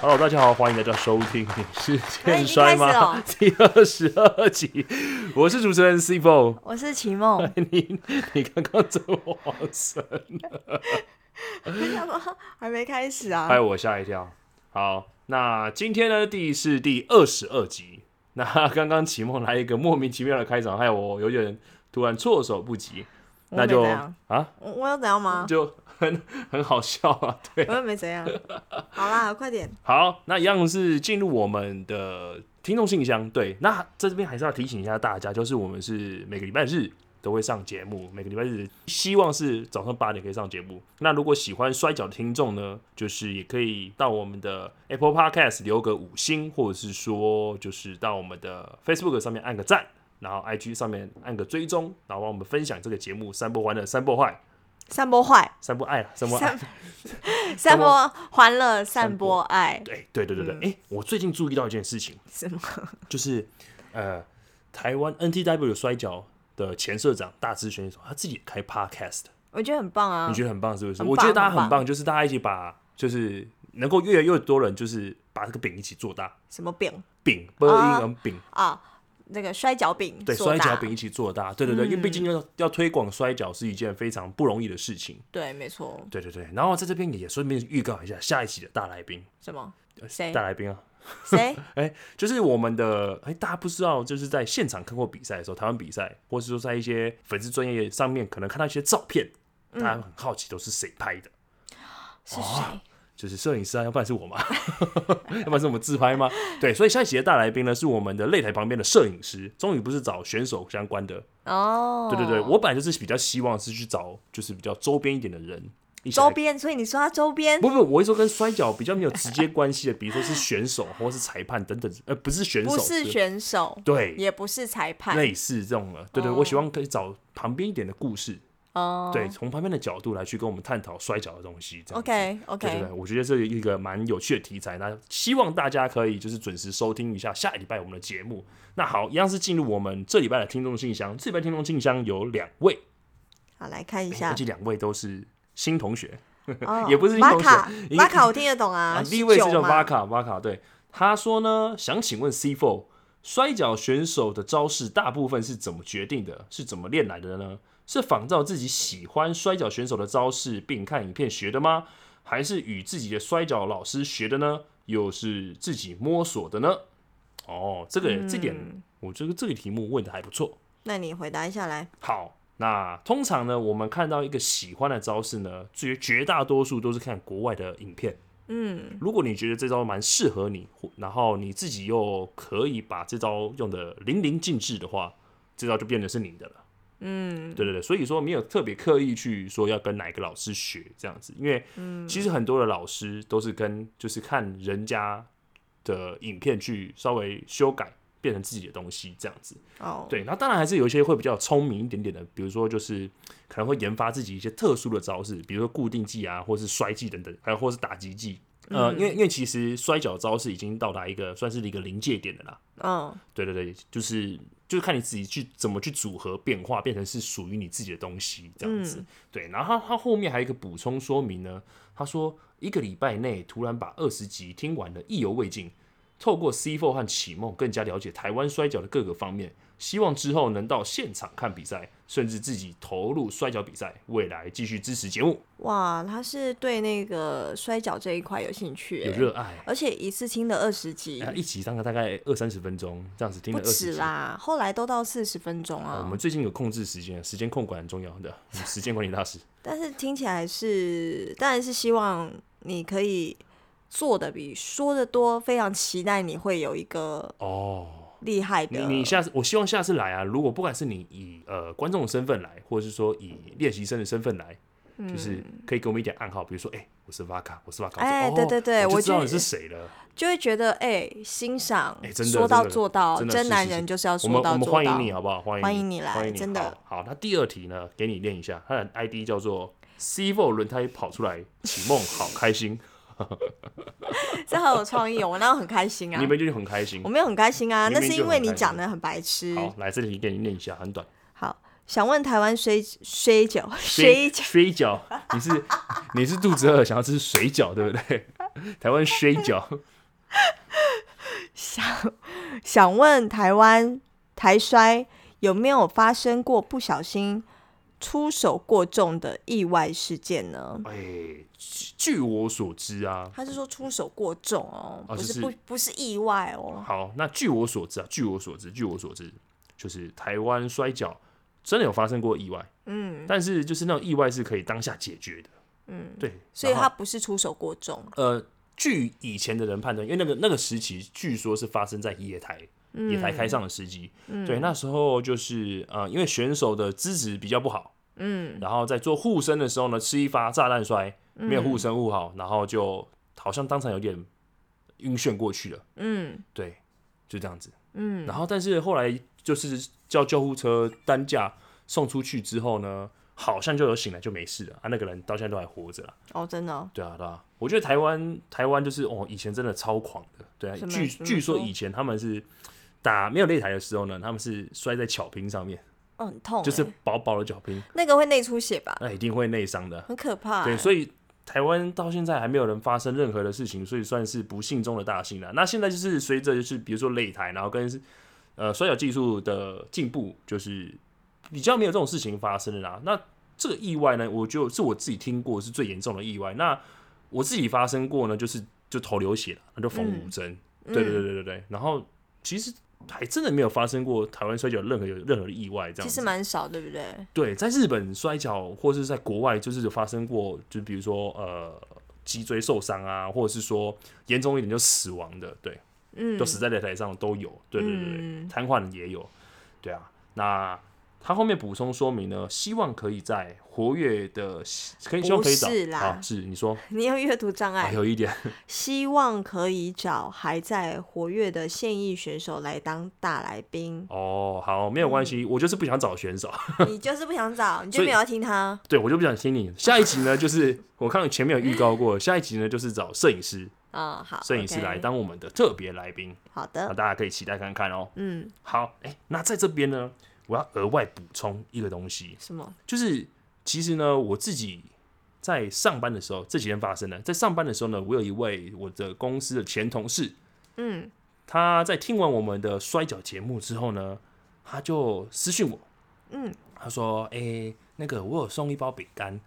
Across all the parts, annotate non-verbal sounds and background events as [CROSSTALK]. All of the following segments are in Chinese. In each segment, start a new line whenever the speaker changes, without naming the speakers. Hello，大家好，欢迎大家收听《 [LAUGHS] 你是
那
欠
哎已经开
摔
始
吗
了》
第二 [LAUGHS] 十二集，我是主持人 C Bo。
我是齐梦，
[LAUGHS] 你你刚刚怎么晃神？
啊我想说还没开始啊
害。我吓一跳。好，那今天呢，第是第二十二集。 [LAUGHS] 那刚刚启梦来一个莫名其妙的开场，害我有点突然措手不及。
我
那就
又没怎样
啊，
我我有怎样吗？
就很 [LAUGHS] 很好笑啊，对。
我又没
[LAUGHS]
怎样。好啦，快点。
好，那一样是进入我们的听众信箱。对，那在这边还是要提醒一下大家，就是我们是每个礼拜日都会上节目，每个礼拜日希望是早上八点可以上节目。那如果喜欢摔跤的听众呢，就是也可以到我们的 Apple Podcast 留个五星，或者是说就是到我们的 Facebook 上面按个赞。然后 IG 上面按个追踪，然后帮我们分享这个节目，三波欢乐，三波坏，
散
[LAUGHS]
播坏，
三波爱了，三波爱
散散播欢乐，散
播
播爱，
对对对对对，哎、我最近注意到一件事情，
什么？
就是呃，台湾 NTW 摔跤的前社长大志选手，他自己也开 podcast，、
我觉得很棒啊
你。觉得很棒是不是？
很
我觉得大家
棒很
很棒，就是大家一起把就是能够越来越多人就是把这个饼一起做大，
什么饼
饼不是英文饼。
啊？那个摔跤饼
对，
做
摔
大，嗯
跤饼一起做大，对对对，因为毕竟要要推广摔跤是一件非常不容易的事情，
对，没错。
对对对。然后在这边也顺便预告一下下一期的大来宾，
什么？谁
大来宾啊， [LAUGHS]
谁？
哎、就是我们的哎、大家不知道，就是在现场看过比赛的时候，台湾比赛，或是说在一些粉丝专业上面，可能看到一些照片，大家
嗯
很好奇都是谁拍的，
是谁？
就是摄影师啊，要不然是我嘛， [LAUGHS] 要不然是我们自拍吗？对，所以下一期的大来宾呢，是我们的擂台旁边的摄影师，终于不是找选手相关的，
哦，
对对对，我本来就是比较希望是去找就是比较周边一点的人，一起来
周边，所以你说他周边
不不，我会说跟摔跤比较没有直接关系的，比如说是选手或是裁判等等，呃，不是选手，
不是选手，
对，
也不是裁判
类似这种的，对对，
哦
我希望可以找旁边一点的故事，
哦。
对，从旁边的角度来去跟我们探讨摔跤的东西，这样子。对
，OK
对
OK，
对，我觉得这是一个蛮有趣的题材，那希望大家可以就是准时收听一下下礼拜我们的节目。那好，一样是进入我们这礼拜的听众信箱，这礼拜听众信箱有两位，
好来看一
诶
下
而。且两位都是新同学，
哦
也不是英
玛
雄
卡
学，英
玛卡我听得懂啊
啊，，第一位是
酒
叫
嘛
瓦卡瓦卡，对，他说呢，想请问 C Four 摔跤选手的招式大部分是怎么决定的？是怎么练来的呢？是仿照自己喜欢摔跤选手的招式，并看影片学的吗？还是与自己的摔跤老师学的呢？又是自己摸索的呢？哦，这个、这
嗯
点，我觉得这个题目问的还不错。
那你回答一下来，
好，那通常呢，我们看到一个喜欢的招式呢，绝绝大多数都是看国外的影片。
嗯，
如果你觉得这招蛮适合你，或然后你自己又可以把这招用的淋漓尽致的话，这招就变成是你的了。嗯，对对对，所以说没有特别刻意去说要跟哪个老师学这样子，因为其实很多的老师都是跟就是看人家的影片去稍微修改变成自己的东西这样子。
哦，
对，那当然还是有一些会比较聪明一点点的，比如说就是可能会研发自己一些特殊的招式，比如说固定技啊，或是摔技等等，还有或是打击技。呃，因为因为其实摔跤招式已经到达一个算是一个临界点的啦。
嗯，
对对对，就是就是看你自己去怎么去组合变化，变成是属于你自己的东西这样
嗯
子。对，然后他他后面还有一个补充说明呢，他说一个礼拜内突然把二十集听完了，意犹未尽。透过 C Four 和启梦更加了解台湾摔跤的各个方面，希望之后能到现场看比赛，甚至自己投入摔跤比赛，未来继续支持节目，
哇，他是对那个摔跤这一块有兴趣
有
耶，
热爱。
而且一次听了二十集
啊，一集大概大概二三十分钟这样子听
不
了二十
止
集。
啦，后来都到四十分钟
啊我
啊
们，最近有控制时间，时间控管很重要的，我们时间管理大师。
但是听起来是，当然是希望你可以做的比说的多，非常期待你会有一个
哦，
厉害
你
的，
你下次，我希望下次来啊，如果不管是你以呃观众的身份来，或者是说以练习生的身份来，就是可以给我们一点暗号，比如说，哎、我是 Vaka，我是 Vaka，
嗯
我
哎
说
对
哦
对对
我
我
就知道
就
你是谁了。
就会觉得哎、欣赏，
哎真的
说到
真的
做到，
真的是
男
是
人
是
就是要
我
说
们
到
我们
做
欢
到
迎。你好哦不好？欢迎
欢
你
迎你来
欢迎你
真的
好。好，那第二题呢，给你练一下，它的 ID 叫做 C4 轮胎跑出来，启梦好开心，
[LAUGHS] 这很有创意、哦，我那很开 [LAUGHS] 心啊
你。们就是很开心
我。没有很开心啊，
明
那
明
是
就
因
很
为
开
你
心
讲的很白痴。
好，来这里给你念一下，很短。
好，想问台湾水水饺
水
水饺
水饺， [LAUGHS] 你是你是肚子饿想要吃水饺对不对？台湾水饺，
想想问台湾台摔有没有发生过不小心出手过重的意外事件呢？
哎、据据我所知啊，
他是说出手过重哦，
哦
不
就是
是不不是意外哦。
好，那据我所知啊，据我所知，据我所知，就是台湾摔跤真的有发生过意外，
嗯，
但是就是那种意外是可以当下解决的。嗯，对，
所以
然
他
后
不是出手过重，
呃，据以前的人判断，因为那个那个时期据说是发生在野台。
嗯
野台开上的时机，对，那时候就是呃，因为选手的资质比较不好，
嗯，
然后在做护身的时候呢，吃一发炸弹摔，没
嗯
有护身护好，然后就好像当场有点晕眩过去了，
嗯
对，就这样子。
嗯，
然后但是后来就是叫救护车担架送出去之后呢，好像就有醒来就没事了啊，那个人到现在都还活着啊。
哦，真的哦、
对啊，对啊，我觉得台湾台湾就是哦，以前真的超狂的，对啊
什，么
据
怎么
据说
说
以前他们是打没有擂台的时候呢，他们是摔在巧拼上面，
哦，很痛欸，
就是薄薄的巧拼，
那个会内出血吧，
那一定会内伤的。啊
很可怕欸、
对，所以台湾到现在还没有人发生任何的事情，所以算是不幸中的大幸了。那现在就是随着就是比如说擂台，然后跟呃摔跤技术的进步，就是比较没有这种事情发生了啦。那这个意外呢，我就是我自己听过是最严重的意外。那我自己发生过呢，就是就头流血了，那就缝五针。
嗯
对对对对对对。然后其实还真的没有发生过台湾摔跤任何有任何的意外这样子。
其实蛮少，对不对？
对，在日本摔跤或是在国外，就是有发生过，就比如说呃脊椎受伤啊，或者是说严重一点就死亡的，对，
嗯，
都死在擂台上都有，对对对对，
嗯
瘫痪也有，对啊。那他后面补充说明呢，希望可以在活跃的，可以希望可以找
不是啦哎
啊，是你说
你有阅读障
还
碍，
有一点，。
希望可以找还在活跃的现役选手来当大来宾
[LAUGHS] 哦，好，没有关
嗯
系，我就是不想找选手，
你就是不想找，你就
所以
没有要听他。
对我就不想听你。下一集呢，就是我看前面有预告过，下一集呢就是找摄影师，
嗯，好，
摄影师来
OK
当我们的特别来宾。
好
那
的，
大家可以期待看看哦。
嗯，
好，哎、那在这边呢，我要额外补充一个东西，
什么？
就是其实呢，我自己在上班的时候，这几天发生的，在上班的时候呢，我有一位我的公司的前同事，
嗯，
他在听完我们的摔跤节目之后呢，他就私讯我，
嗯，
他说，哎、那个我有送一包饼干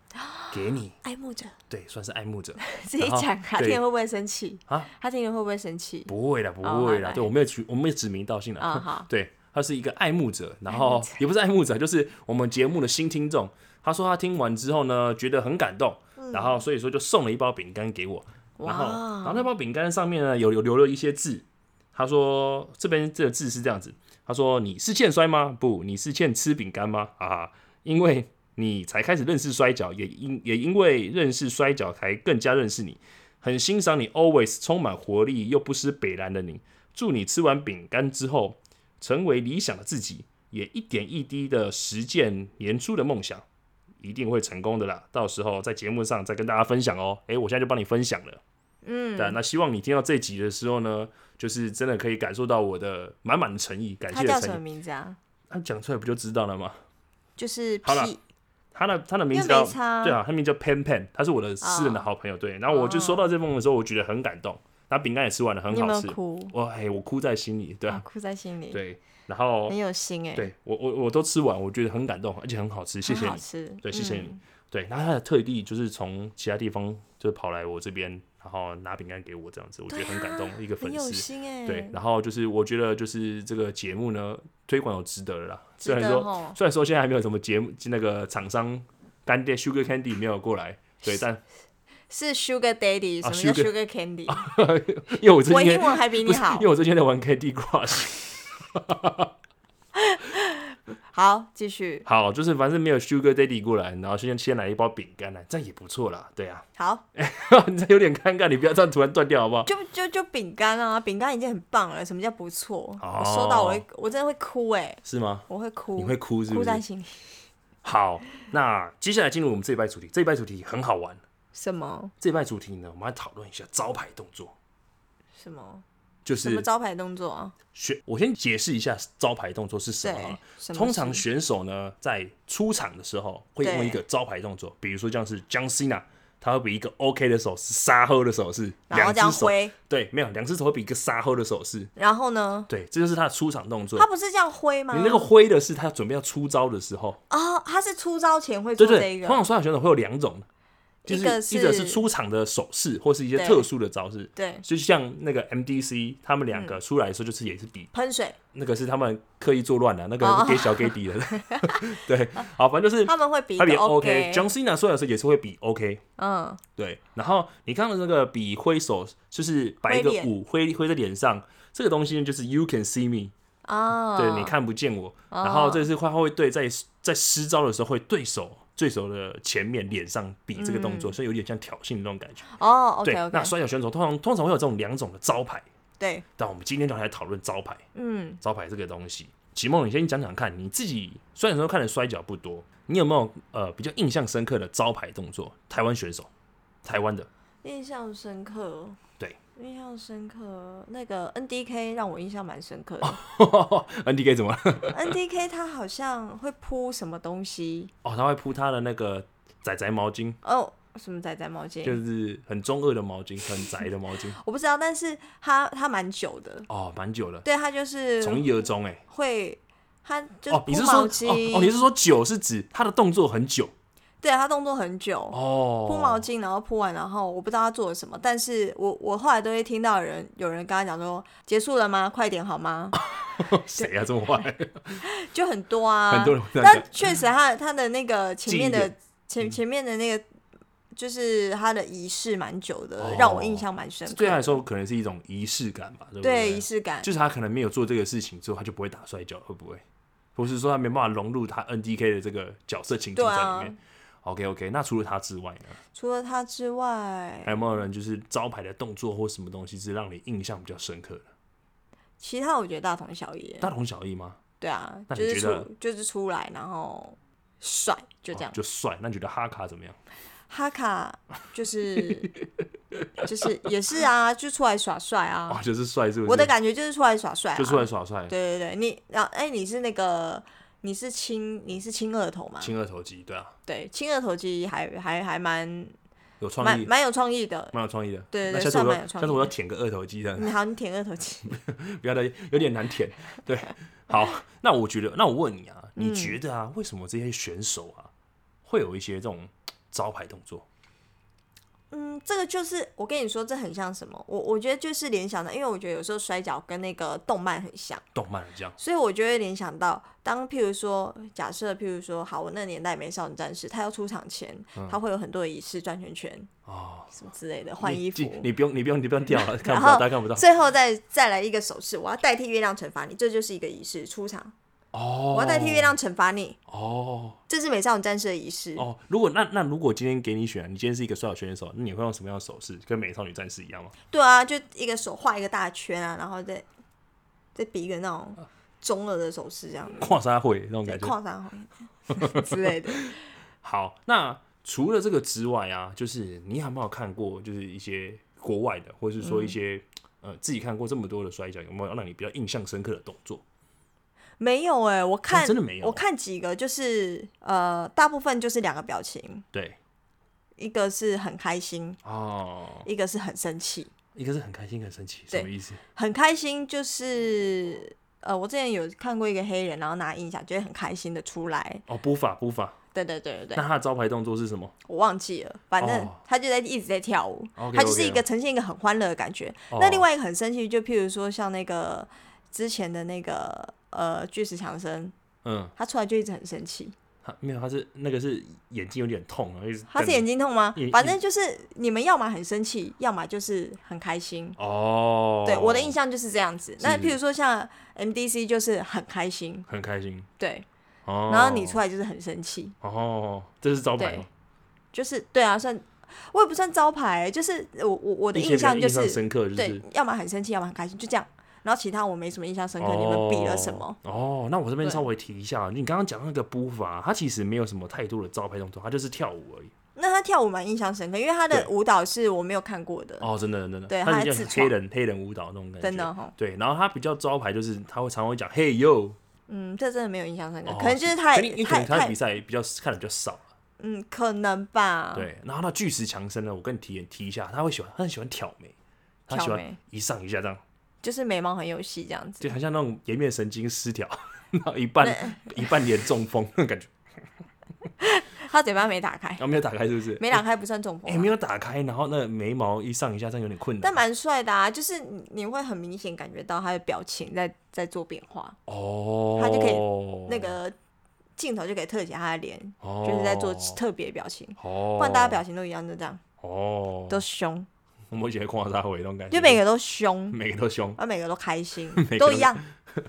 给你，
爱慕者
对，算是爱慕者
[LAUGHS] 自己
然后
讲啊，
对
听了会不会生气
啊？
他听了会不会生气？
不会啦，不
哦
会
好
啦，
来
对我没有指我没有指名道姓啦。
啊，好，
[LAUGHS] 对，他是一个爱慕者，然
爱
后
[LAUGHS] 慕者
也不是爱慕者，就是我们节目的新听众。他说他听完之后呢，觉得很感动，然后所以说就送了一包饼干给我，然后然后
哇，
那包饼干上面呢有有留了一些字，他说这边这个字是这样子，他说你是欠摔吗？不，你是欠吃饼干吗？啊哈、哈，因为你才开始认识摔跤，也因也因为认识摔跤才更加认识你，很欣赏你 always 充满活力又不失北兰的你，祝你吃完饼干之后成为理想的自己，也一点一滴的实践年初的梦想。一定会成功的啦！到时候在节目上再跟大家分享哦。诶，我现在就帮你分享了。
嗯，
对啊，那希望你听到这集的时候呢，就是真的可以感受到我的满满的诚意，感
他
谢
叫
的
什么
诚意。
名字啊？
他讲出来不就知道了吗？
就是
好啦
P，
他的他的名字
又
叫
没差
对啊，他名叫 Pen Pen，他是我的私人的
哦
好朋友。对，然后我就收到这封的时候，我觉得很感动。那饼干也吃完了，很
你有没
好
有
吃。
哭？
哇，哎，我哭在心里。对
啊
啊，
哭在心里，
对，哦然后
很有心哎，
对我我我都吃完，我觉得很感动，而且很好吃。谢谢
很好
你。
吃，
对谢谢你
嗯
对，那他的特地就是从其他地方就跑来我这边，然后拿饼干给我，这样子，我觉得很感动。一个粉
啊很有
丝，
心哎，
对，，然后就是我觉得就是这个节目呢推广有值得了啦，虽
值
然
得
说
吼。
虽然说现在还没有什么节目那个厂商干爹 Sugar Candy 没有过来，对，但 [LAUGHS]
是 Sugar Daddy，什
啊
么叫
Sugar-
Sugar
[LAUGHS]
Candy？
因为我最
我
近
英文还比
不
你
是
好
因为。我最近在玩 Candy Crush，
好，继续。
好，就是反正没有 Sugar Daddy 过来，然后先先来一包饼干来，这样也不错啦，对啊， [LAUGHS]
好，
你这有点尴尬，你不要这样突然断掉好不好？
就就就饼干啊，饼干已经很棒了。什么叫不错？
哦
我收到我会，我真的会哭哎、
是吗？
我会哭，
你会哭是不
哭在
是？
心里。
好，那接下来进入我们这一拜主题，这一拜主题很好玩，
什么
这一拜主题呢，我们来讨论一下招牌动作，
什么
就
什
是
么招牌动作啊？
选，我先解释一下招牌动作是什么好
对
了。，
什么
通常
是
选手呢，在出场的时候会用
对
一个招牌动作，比如说像是 John Cena，它会比一个 OK 的手势、沙喝的手势，
然后
两
这
只
样
手
挥，
对，没有两只手会比一个沙喝的手势，
然后呢，
对，这就是他的出场动作
他。不是这样挥吗？
你那个挥的是他准备要出招的时候，
哦，他是出招前会
对
做这
对
一
对，
个，
通常摔跤选手会有两种，就
一
是
个
一个是出场的手势，或是一些
对
特殊的招式。
对嗯
就像那个 MDC 他们两个出来的时候，就是也是比
喷水，
那个是他们刻意作乱的，那
哦
个给小给底的， [LAUGHS] 对，好，反正就是
他们会比一
他比
个
OK，江西南出来的时候也是会比 OK，
嗯，
对，然后你刚刚的那个比挥手，就是摆一个
挥脸
舞挥挥在脸上，这个东西呢就是 You can see me，、
哦，
对，你，看不见我。然
哦
后这是花卉队在在施招的时候会对手对手的前面脸上比这个动作，所以有点像挑衅的那种感觉。
哦
对
嗯，OK OK，
那摔跤选手通常通常会有这种两种的招牌，
对，
但我们今天就来讨论招牌，
嗯，
招牌这个东西。启梦，你先讲讲看，你自己虽然说看的摔跤不多，你有没有呃比较印象深刻的招牌动作？台湾选手，台湾的，
印象深刻，
对，
印象深刻，那个 NDK 让我印象蛮深刻
哦 [LAUGHS]
的
NDK 怎么了？
，NDK 他好像会铺什么东西，
哦，他会铺他的那个仔仔毛巾，
哦，什么仔仔毛
就
巾，
是很中二的毛巾，很宅的毛巾。
我不知道，但是他他蛮久的，
哦，蛮久了，
对他就是
从一而终哎、
会。他就是
哦，
铺
你是说
毛
哦
巾，
哦，你是说久是指他的动作很久
对他动作很久，
哦？
铺毛巾，然后铺完，然后我不知道他做了什么，但是我我后来都会听到有人有人跟他讲说结束了吗？快点好吗？
[LAUGHS] 谁啊这么坏？
就很多啊，
很多人这样
但
讲
确实他的他的那个前面
记忆嗯
的前前面的那个就是他的仪式蛮久的，
哦
让我印象蛮深刻。
对他来说可能是一种仪式感吧，对不
对
对
仪？式感，
就是他可能没有做这个事情之后，他就不会打摔跤，会不会？或是说他没办法融入他 NDK 的这个角色情境
对
在
啊
里面、o k OK，那除了他之外呢，
除了他之外，
还有没有人就是招牌的动作或什么东西是让你印象比较深刻的？
其他我觉得大同小异。
大同小异吗？
对啊，
那
就
你
是
觉得
出就是出来，然后帅，就这样
哦。就帅。那你觉得哈卡怎么样？
哈卡就是
[LAUGHS]
就是也是啊，就出来耍帅啊。
哦，就是帅是不是？
我的感觉就是出来耍帅、啊，
就出来耍帅，
对对对，你然后哎，你是那个你是亲你是亲二头嘛？
亲二头肌，对啊，
对，亲二头肌还还还蛮
有创
蛮
意，
蛮有创
[LAUGHS]
意的。
蛮有创意的。
对对
那
对
下次我
算蛮
要下
有创意的
次我要舔个二头肌的，
你好，你舔二头肌，
不要再有点难舔。对，好，那我觉得，那我问你啊，
嗯
你觉得啊，为什么这些选手啊会有一些这种招牌动作？
嗯，这个就是我跟你说，这很像什么？我我觉得就是联想到，因为我觉得有时候摔跤跟那个动漫很像，
动漫这样，
所以我就会联想到，当譬如说假设譬如说，好，我那年代美少女战士，她要出场前，她会有很多的仪式，转圈圈
嗯哦，
什么之类的，换
你
衣服
你，你不用你不用你不用掉
[LAUGHS]
了，看
然
不到，
后
大家看不到。
最后再再来一个手势，我要代替月亮惩罚你，这就是一个仪式出场，
哦，
我要代替月亮惩罚你，
哦
这是美少女战士的仪式。
哦，如果那那如果今天给你选，你今天是一个摔跤选手，那你会用什么样的手势？跟美少女战士一样吗？ [LAUGHS]
对啊，就一个手画一个大圈啊，然后再再比一个那种中二的手势，这样子，
跨沙会那种感觉。
跨三回之类的。
好，那除了这个之外啊，就是你有没有看过，就是一些国外的，或是说一些、呃自己看过这么多的摔跤，有没有让你比较印象深刻的动作？
没有哎、我看、
哦真的没有
我看几个就是呃，大部分就是两个表情，
对，
一个是很开心，
哦，
一个是很生气。
一个是很开心，很生气，
对
什么意思？
很开心，就是呃，我之前有看过一个黑人，然后拿印象，觉得很开心的出来。
哦，步法步法，
对对对对对，
那他的招牌动作是什么？
我忘记了，反正
哦
他就在一直在跳舞，
OK，
他就是一
OK
个呈现一个很欢乐的感觉。
哦
那另外一个很生气，就譬如说像那个之前的那个呃巨石强森，
嗯，
他出来就一直很生气。
他没有，他是那个是眼睛有点痛，然后一直
他是眼
睛
睛痛吗
也？
反正就是你们要么很生气，要么就是很开心。
哦，
对，我的印象就是这样子。那
是
譬如说像 MDC 就是很开心，
很开心
对，
哦，
然后你出来就是很生气，
哦，这是招牌
对
吗？
就是对啊，算我也不算招牌、欸就是我我我的
一些比较
象就
印象
是
深刻就是
对，要么很生气，要么很开心，就这样。然后其他我没什么印象深刻，你们比了什么？
哦？哦，那我这边
对
稍微提一下，你刚刚讲那个步伐，它其实没有什么太多的招牌动作，它就是跳舞而已。
那他跳舞蛮印象深刻，因为他的
对
舞蹈是我没有看过的，
哦，真的真的，
对
它
它
是
是
像
自
黑
创
人黑人舞蹈那种感觉。
真的。哦哈。
对，然后它比较招牌就是它会常会讲 Hey yo，
嗯，这真的没有印象深刻，
哦
可能就是太
可能因为可
太
能他的
太
比赛比较看的比较少，
嗯，可能吧。，
对，然后那巨石强森呢，我跟你提提一下，他会喜欢，他很喜欢挑眉，他喜
挑
欢
眉
一上一下这样，
就是眉毛很有戏这样子
就。很像那种颜面神经失调，然后一半一半脸中风那种感觉，
他嘴巴没打开
然，后没有打开是不是？
没打开不算中风
哎、
啊、
没有打开，然后那个眉毛一上一下，这样有点困
但
难。
蛮帅的啊，就是你你会很明显感觉到他的表情在在做变化，
哦，
他就可那个镜头就可以特写他的脸，
哦
就是在做特别表情，
哦，
不然大家表情都一样，就这样，
哦，
都凶，
我们以前夸他回那种感觉，
就每个都凶，
每个都凶
而每个都开心
[LAUGHS] 每，个都
都一样。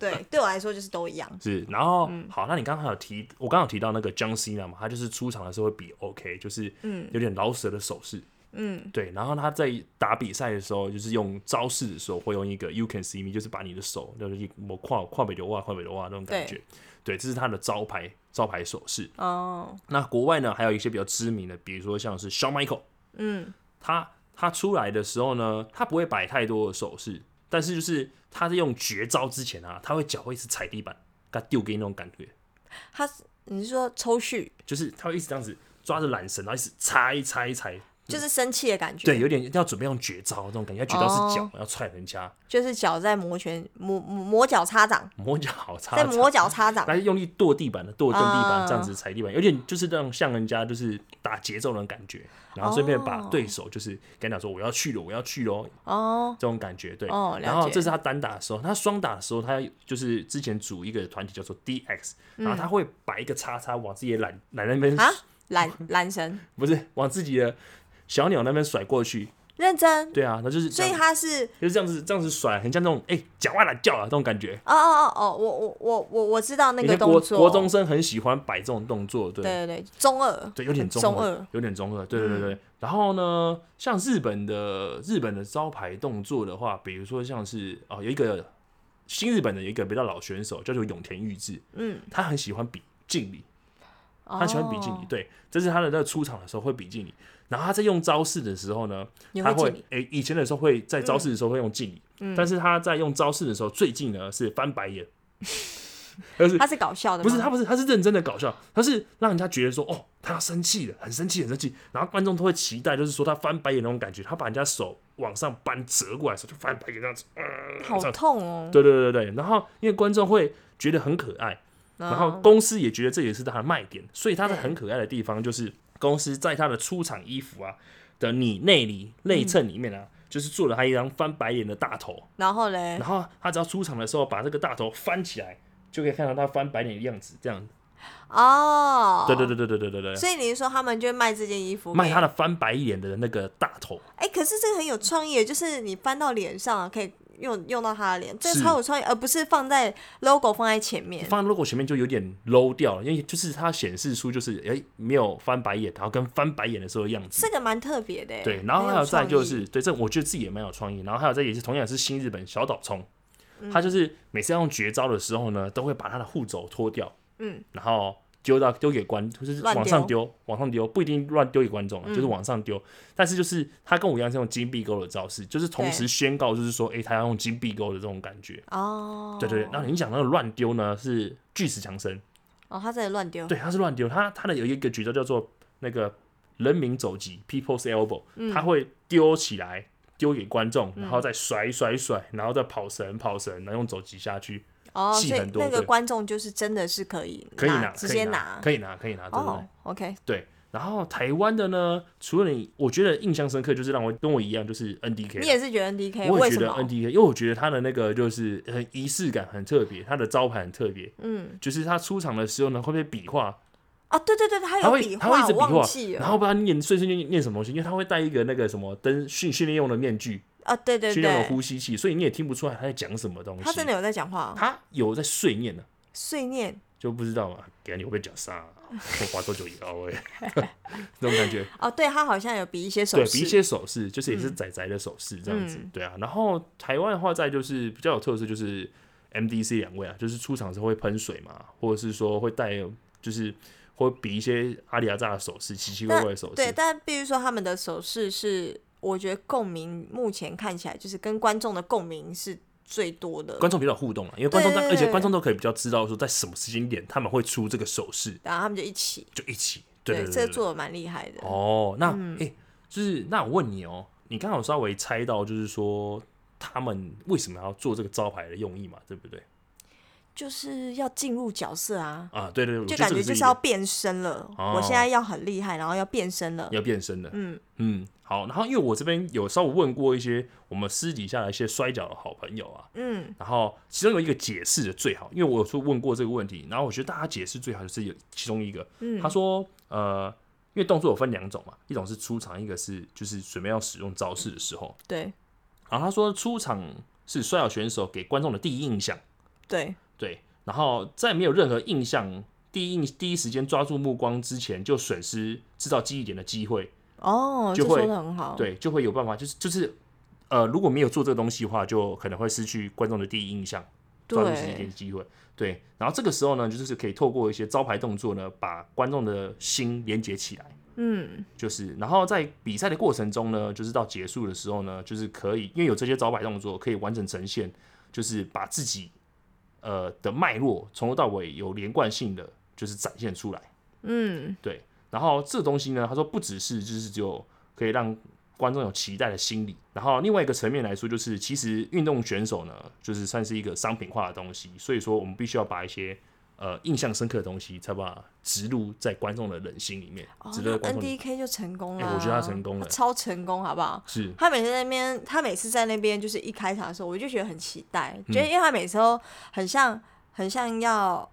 对，对我来说就是都一样。嗯
是。然后、好，那你刚刚还有提，我刚刚有提到那个 John Cena 嘛，他就是出场的时候会比 OK，就是
嗯
有点老舍的手势。
嗯，
对，然后他在打比赛的时候，就是用招式的时候，会用一个 “you can see me”，就是把你的手，就是一我跨跨北流啊，跨北流啊那种感觉。对，这是他的招牌招牌手势。
哦，
那国外呢，还有一些比较知名的，比如说像是 Shawn Michael，
嗯，
他他出来的时候呢，他不会摆太多的手势，但是就是他在用绝招之前啊，他会脚会一直踩地板，他丢给你那种感觉，
他是你是说抽蓄，
就是他会一直这样子抓着缆绳，然后一直踩一踩一踩，
就是生气的感觉，
对，，有点要准备用绝招那种感觉，他绝招是脚
哦
要踹人家，
就是脚在磨拳磨磨磨脚擦掌，
磨脚好差
在
点，
磨脚擦掌，
来用力跺地板的，跺正地板，
啊
这样子踩地板，有点就是那种像人家就是打节奏那种感觉，然后顺便把
哦
对手就是跟他讲说我要去了，我要去喽， [LAUGHS]
哦，
这种感觉，对。
哦了解
然后这是他单打的时候，他双打的时候，他就是之前组一个团体叫做 DX，、然后他会把一个叉叉往自己的懒懒那边，
嗯啊，缆缆绳，
不是往自己的小鸟那边甩过去，
认真，
对啊，他就是这
所以
样，
他是，
就是这样子这样子甩，很像那种哎讲话懒叫啊这种感觉。
哦哦哦哦，我我我我我知道那
你
个
看
动
国
作，
国中生很喜欢摆这种动作，对
对对对，中二，
对，有点中
中
二，
二嗯
有点中二，对对对对。然后呢，像日本的日本的招牌动作的话，比如说像是哦，有一个新日本的有一个比较老选手叫做永田裕志，
嗯，
他很喜欢比敬礼，
哦
他喜欢比敬礼，，对，这是他的那个出场的时候会比敬礼。然后他在用招式的时候呢，
你
他
会
会
敬礼，嗯
诶、以前的时候会在招式的时候会用敬礼，但是他在用招式的时候，最近呢是翻白眼， [LAUGHS] 就是
他是搞笑的吗，
不是他不是，他是认真的搞笑，他是让人家觉得说，哦，他要生气了，很生气，很生气。然后观众都会期待，就是说他翻白眼那种感觉，他把人家手往上扳折过来的时候，就翻白眼这样子。
好痛哦，
对对对对对。然后因为观众会觉得很可爱，
然
然后公司也觉得这也是他的卖点，所以他的很可爱的地方就是公司在他的出场衣服啊的你内里内
嗯
衬里面啊，就是做了他一张翻白眼的大头。
然后嘞，
然后他只要出场的时候把这个大头翻起来，就可以看到他翻白眼的样子，这样。
哦，
对对对对对对对对。
所以你是说他们就会卖这件衣服，
卖他的？翻白眼的那个大头，
哎、可是这个很有创意，就是你翻到脸上啊可以用用到他的脸，这个
是
超有创意，而不是放在 logo 放在前面。
放在 logo 前面就有点 low 掉了，因为就是它显示出就是哎、诶没有翻白眼，然后跟翻白眼的时候的样子。
这个蛮特别的耶，欸
对，然后还有再
很
就
创意
是对这我觉得自己也蛮有创意，然后还有再也是同样是新日本小岛聪，
嗯
他就是每次要用绝招的时候呢，都会把他的护肘脱掉，
嗯，
然后丢到丢给观，就是
乱嗯
往上丢，往上丢，不一定乱丢给观众啊，就是往上丢。但是就是他跟我一样是用金币钩的招式，就是同
对
时宣告就是说，哎、他要用金币钩的这种感觉。
哦，
对对对，然后你讲那个乱丢呢是巨石强森，
哦，他真的乱丢，
对，他是乱丢，他他的有一个举动叫做那个人民肘击 （People's Elbow），、他
嗯
会丢起来丢给观众，然后再甩甩甩，然后再跑绳跑绳，然后用肘击下去，
哦，
戏
所以
很多
那个
对
观众就是真的是可以
可以拿，
直
可以
接
拿，可以拿，可以拿，对不对？
哦，OK，
对。然后台湾的呢，除了你，我觉得印象深刻就是让我跟我一样，就是 NDK 啦。
你也是觉得 NDK，
我
为
也觉
什
得
么？
NDK，因为我觉得他的那个就是很仪式感很特别，他的招牌很特别，
嗯，
就是他出场的时候呢会被比划，
哦，对对对，他
他
有
会
笔
他会一
画，
直比
我忘
划
记，
然
了，
后不知道念碎碎念念什么东西，因为他会戴一个那个什么灯训训练用的面具，
啊，对对
训练用的
对，
呼吸器，所以你也听不出来他在讲什么东西。
他真的有在讲话哦，
他有在碎念呢、
碎念
就不知道嘛，给你会不会讲啥、
[LAUGHS]
我滑多久以后 [LAUGHS] 哎，这种感觉。
哦，对他好像有比一些手
对
势，
比一些手势，就是也是仔仔的手势这样子，
嗯
对啊。然后台湾的话，再就是比较有特色，就是 MDC 两位啊，就是出场时候会喷水嘛，或者是说会带，就是会比一些阿里阿扎的手势，奇奇怪怪的手
对，
势。
但必须说他们的手势是，我觉得共鸣目前看起来就是跟观众的共鸣是最多的。
观众比较互动啊，因为观众，
对对
而且
对
观众都可以比较知道说在什么时间点他们会出这个手势，
然后他们就一起，
就一起。对对对
这
对
做的蛮厉害的。
哦，那哎、
嗯
诶就是那我问你哦，你刚好稍微猜到，就是说他们为什么要做这个招牌的用意嘛，对不对？
就是要进入角色啊，
啊，对对对，我
就
觉得
感
这
觉
个
就是
一
要
个
变身了。
哦
我现在要很厉害，然后要变身了。
要变身的，
嗯，
嗯，好，然后因为我这边有稍微问过一些我们私底下的一些摔跤的好朋友啊，
嗯，
然后其中有一个解释的最好，因为我有说问过这个问题，然后我觉得大家解释最好就是有其中一个，
嗯
他说呃，因为动作有分两种嘛，一种是出场，一个是就是准备要使用招式的时候，
对
然后他说出场是摔跤选手给观众的第一印象，
对，
对，然后在没有任何印象第一印第一时间抓住目光之前，就损失制造记忆点的机会，
哦，这
就会
说的很好。，
对，就会有办法，就是就是呃，如果没有做这个东西的话，就可能会失去观众的第一印象，抓住
对
时间点的机会。对，然后这个时候呢，就是可以透过一些招牌动作呢，把观众的心连接起来。
嗯，
就是，然后在比赛的过程中呢，就是到结束的时候呢，就是可以因为有这些招牌动作，可以完整呈现，就是把自己呃的脉络从头到尾有连贯性的，就是展现出来。
嗯，
对，然后这东西呢，他说不只是就是只有可以让观众有期待的心理，然后另外一个层面来说，就是其实运动选手呢，就是算是一个商品化的东西，所以说我们必须要把一些。呃，印象深刻的东西，才把它植入在观众的人心里面，
哦
值
那
得观众
NDK 就成功
哎
了啊。
我觉得他成功了
超成功，好不好？
是
他每次在那边，他每次在那边就是一开场的时候，我就觉得很期待，
嗯
觉得因为他每次都很像，很像要，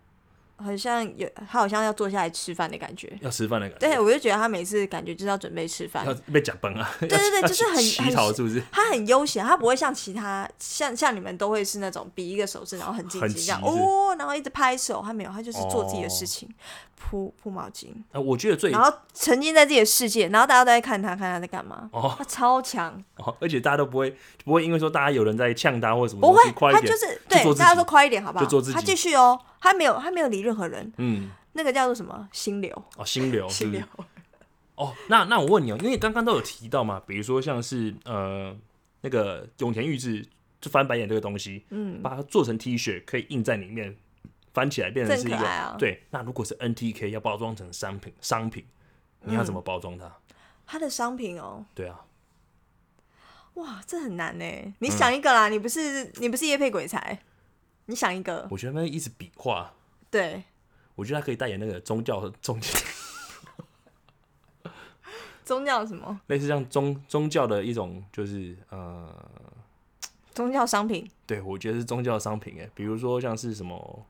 很像有，他好像要坐下来吃饭的感觉。
要吃饭的感觉，
对，我就觉得他每次感觉就是要准备吃饭
要，被讲崩啊！对
对对就是很
乞
很
讨，是不是？
他很悠闲，他不会像其他像像你们都会是那种比一个手势，然后很积
很
极这样
急是哦
哦，然后一直拍手，他没有，他就是做自己的事情，铺铺毛巾，
呃，我觉得最
然后沉浸在自己的世界，然后大家都在看他，看他在干嘛，
哦
他超强，
哦，而且大家都不会不会因为说大家有人在呛他或什么，
不
就
会，
快
他
一
就
点，就
是
做
对
自己
大家说快一点好不好
就做自？己
他继续哦，他没有他没有理任何人，
嗯，
那个叫做什么心流，嗯
哦，心流，是
心
不
流
是？，哦，那那我问你哦，因为刚刚都有提到嘛，比如说像是呃那个永田裕志就翻白眼这个东西，
嗯，
把它做成 T 恤可以印在里面，翻起来变成
这
是
很
一
可
个
爱啊
对。那如果是 NTK 要包装成商品，商品你要怎么
嗯
包装它？
他的商品哦，
对啊，
哇，这很难
嗯
呢，你想一个啦，你不是你不是叶配鬼才，你想一个，
我觉得那一直比划，
对，
我觉得他可以代言那个宗教宗教。 [LAUGHS]
宗教什么？
类似像宗宗教的一种，就是呃，
宗教商品，
对我觉得是宗教商品哎，比如说像是什么，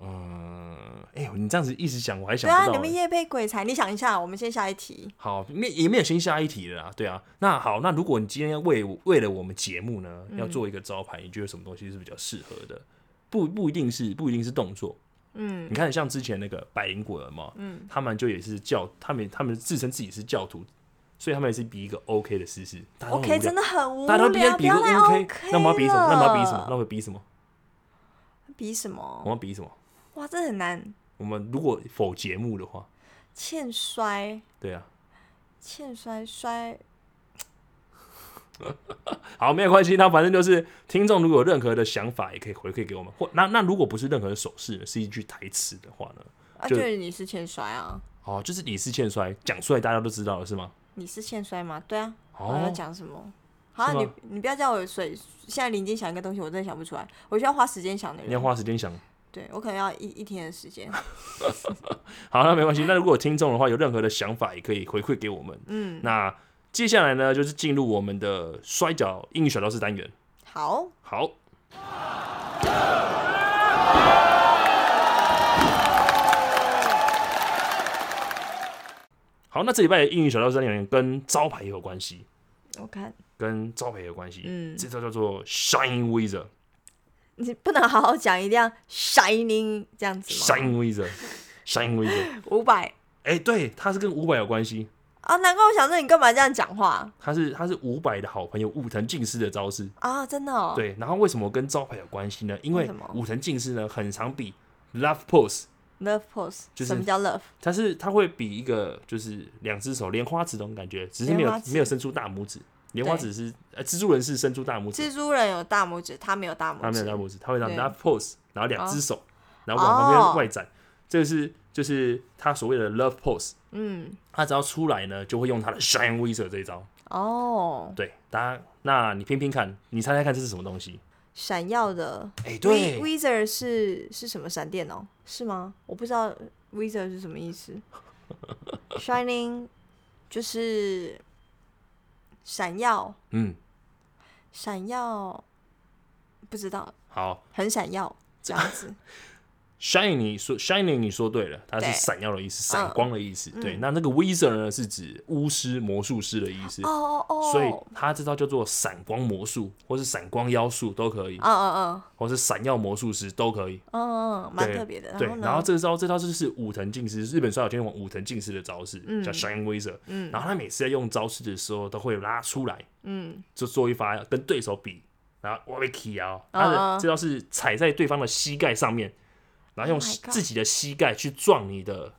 嗯、哎、呦，你这样子一直讲，我还想
对啊，
不
你
到
们
欸。
夜配鬼才，你想一下，我们先下一题。
好，没也没有先下一题了啦，对啊。那好，那如果你今天为为了我们节目呢，要
嗯
做一个招牌，你觉得什么东西是比较适合的？不不一定是不一定是动作，嗯，你看像之前那个百灵果人嘛，嗯，他们就也是教他们他们自称自己是教徒，所以他们也是比一个 OK 的姿势，大家都很无
OK，
聊
真的很无
大
聊，
家都
不
边
要
比
来
个
OK，
那我们要比什么？那我们要比什么？那
了
我们比什么？
比什
我们
么？
要比什么？
哇，这很难。
我们如果否节目的话，
欠摔，
对啊，
欠摔摔，
好，没有关系。那反正就是听众如果有任何的想法，也可以回馈给我们。或那那如果不是任何的手势呢，是一句台词的话呢？
啊，
就
就是你是欠摔啊，
哦，就是你是欠摔，讲出来大家都知道了是吗？
你是欠摔吗？对啊，我要
哦，
讲什么？好、啊，
是
你
吗
你不要叫我水，现在临近想一个东西，我真的想不出来，我需要花时间想的
你要
人。
花时间想。
对我可能要一一天的时间。 [LAUGHS]
好，那没关系。那如果有听众的话有任何的想法，也可以回馈给我们。
嗯，
那接下来呢，就是进入我们的摔跤英语小教室单元。
好，
好，好，那这礼拜的英语小教室单元跟招牌也有关系，
我看
跟招牌也有关系。
嗯
这招叫做 Shine
[LAUGHS]
Wizard。
你不能好好讲，一定要 shining 这样子吗？
Shine Wizard，Shine
[LAUGHS]
Wizard。
五百
哎、对，它是跟伍佰有关系，
啊，难怪我想说你干嘛这样讲话
它是它是伍佰的好朋友武藤敬司的招式。
啊？真的哦，
对，然后为什么跟招牌有关系呢？因
为
为
什么
武藤敬司呢，很常比 Love Pose
，love pose，、
就是
什么叫 love？
它是它会比一个就是两只手莲花指那种感觉，只是没有
莲花指
没有伸出大拇指。莲花指是呃蜘蛛人是伸出大拇指，
蜘蛛人有大拇指，他没有大拇指，
他没有大拇指，他会让
对
他 pose，然后两只手，然后
哦
往旁边外展。这个是就是他所谓的 love pose，
嗯，
他只要出来呢，就会用他的 shine wizard 这一招。
哦，
对，大家，那你拼拼看，你猜猜看这是什么东西？
闪耀的
哎、
，Wi-
对，
，Wizard 是是什么闪电哦？是吗？我不知道 Wizard 是什么意思。Shining [LAUGHS] 就是闪耀，
嗯，
闪耀，不知道，
好
很闪耀这样
[LAUGHS]
子。
，shine 你说 shining 你说对了，它是
对
闪耀的意思，闪光的意思。
嗯
对，那那个 wizard 呢是指巫师、魔术师的意思，
哦哦哦，
所以他这招叫做闪光魔术，或是闪光妖术都可以，
嗯嗯
或是闪耀魔术师都可以。
嗯嗯嗯，蛮
对
特别的。
对，
后
然后
呢？
这招这招就是武藤敬司，日本摔跤天王武藤敬司的招式，
嗯
叫 Shine Wizard。
嗯
然后他每次在用招式的时候，都会拉出来，
嗯，
就做一发跟对手比，然后我被 k 啊，他
嗯
的
嗯
这招是踩在对方的膝盖上面，然后用
Oh my god
自己的膝盖去撞你的，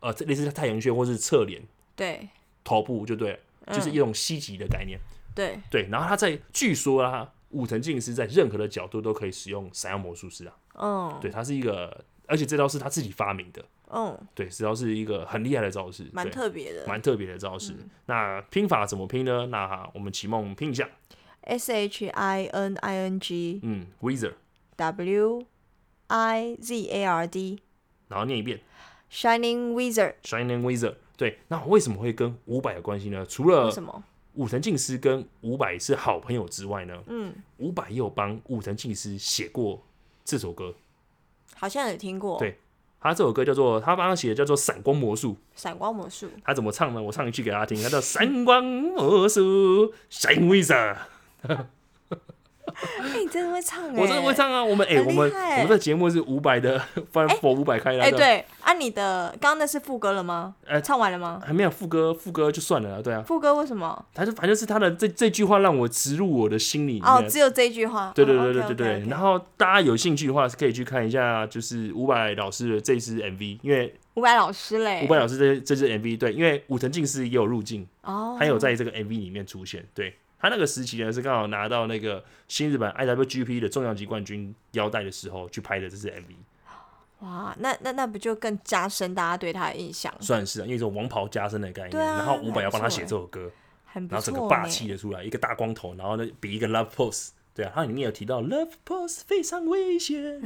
呃，这类似太阳穴或是侧脸、
对
头部就对了，就是
嗯
一种袭击的概念。
对，
对，然后他在据说啊，武藤敬司在任何的角度都可以使用闪耀魔术师啊，
嗯，
对，他是一个，而且这招是他自己发明的。
嗯，
对，只要是一个很厉害的招式，
蛮
对
特嗯别的。
蛮特别的招式。那拼法怎么拼呢？那我们齐梦拼一下，
S H I N I N G
嗯，Wizard，
W I Z A R D
然后念一遍
Shining Wizard
Shining Wizard。对，那为什么会跟五百有关系呢？除
为
了
什么？
武藤敬司跟五百是好朋友之外呢，
嗯，
五百也有帮武藤敬司写过这首歌。
好像有听过。
对他这首歌叫做，他帮他写的叫做《闪光魔术》。
闪光魔术。
他怎么唱呢？我唱一句给大家听，他叫《闪光魔术》，Shining Wizard。
哎，你真的会唱哎！
我真的会。唱啊！我们哎、
很
我
厉
们
害
我们的节目是五百的， [LAUGHS] 翻佛五百开的。
哎，
对，
对，啊，你的刚刚那是副歌了吗？
呃
唱完了吗？
还没有副歌，副歌就算了啦，对啊。
副歌为什么？
他就反正是他的这这句话让我植入我的心里面。
哦，只有这一句话。
对对
哦
对对对对。
OK，OK，OK
然后大家有兴趣的话，是可以去看一下，就是伍佰老师的这支 MV，因为
伍佰老师嘞
伍，佰老师这这支 MV，对，因为武藤敬司也有入镜，
哦，
他有在这个 MV 里面出现。对他那个时期呢，是刚好拿到那个新日本 IWGP 的重量级冠军腰带的时候去拍的这支 MV。
哦哇，那那那不就更加深大家对他的印象？
算是啊，因为这种王袍加身的概念，
对啊
然后伍佰
还
要
不
帮他
错
写
欸
这首歌，
很不
然后整
错欸
个
呢。
霸气的出来，一个大光头，然后呢比一个 love pose，对啊，它里面有提到 love pose 非常危险，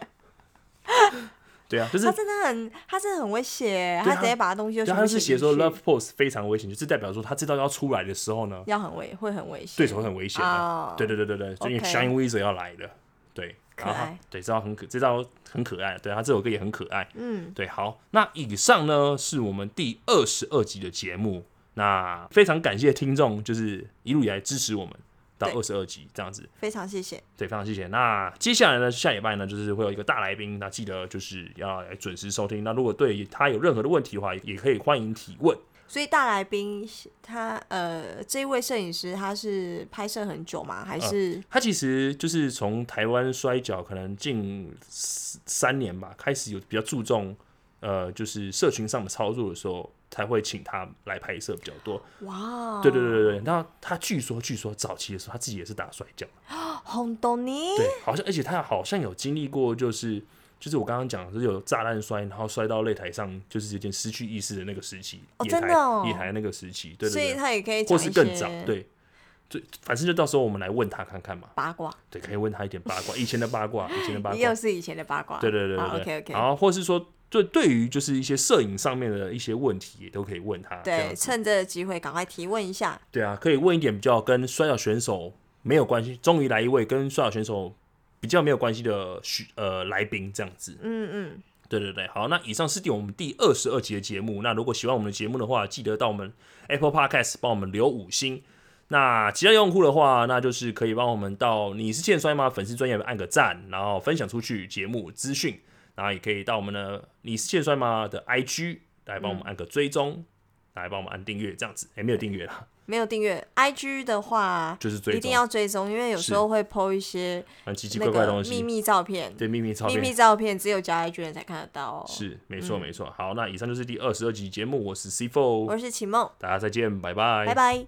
[LAUGHS] 对啊，就是
他真的很，他真的很会写，
对
他直接
他
把东西就
对
全
啊
部
他是写
进
说
去
love pose 非常危险，就是代表说他这道要出来的时候呢，
要很危，会很危险。
对手会很危险啊
哦，
对对对对对，就因为
OK
Shine Wizard 要来的，对，
可
然后他
爱
对这招很可，这招很可爱，啊对他这首歌也很可爱，
嗯，
对，好，那以上呢是我们第二十二集的节目，那非常感谢听众，就是一路以来支持我们到
对
二十二集这样子，
非常谢谢。
对，非常谢谢。那接下来呢，下礼拜呢，就是会有一个大来宾，那记得就是要来准时收听。那如果对他有任何的问题的话，也可以欢迎提问。
所以大来宾他呃，这一位摄影师他是拍摄很久吗？还是
他其实就是从台湾摔跤可能近三三年吧，开始有比较注重呃，就是社群上的操作的时候，才会请他来拍摄比较多。
哇？
对对对对对，那他据说据说早期的时候他自己也是打摔跤，
红豆泥
对，好像而且他好像有经历过就是就是我刚刚讲的就是有炸弹摔，然后摔到擂台上，就是有点失去意识的那个时期，
哦
野
真
台
的哦
野台那个时期，对
所以
对对，
他也可以讲
或
一
是
些
更早，对，最反正就到时候我们来问他看看嘛，
八卦，
对，可以问他一点八卦，以前的八卦，以前的
[LAUGHS]
八卦，
又是以前的八卦。
对对对对对
OK OK，
然后或是说对对于就是一些摄影上面的一些问题也都可以问他，这样
对，
子
趁这个机会赶快提问一下。
对啊，可以问一点比较跟摔跤选手没有关系，终于来一位跟摔跤选手比较没有关系的选呃来宾这样子。
嗯嗯，
对对对，好，那以上是第我们第二十二集的节目。那如果喜欢我们的节目的话，记得到我们 Apple Podcast 帮我们留五星。那其他用户的话，那就是可以帮我们到你是欠摔吗粉丝专业按个赞，然后分享出去节目资讯，然后也可以到我们的你是欠摔吗的 IG 来帮我们按个追踪，来帮我们按订阅这样子，也、没有订阅啊啦，
没有订阅 IG 的话，
就是追踪
一定要追踪，因为有时候会 PO 一些
很奇奇怪
那
怪的
个
东西，
秘密照片，
对秘密照
秘密
片
照片只有加 IG 人才看得到哦。
是没错没错。好，那以上就是第二十二集节目，我是 C Four，
我是启梦，
大家再见，拜拜，
拜拜。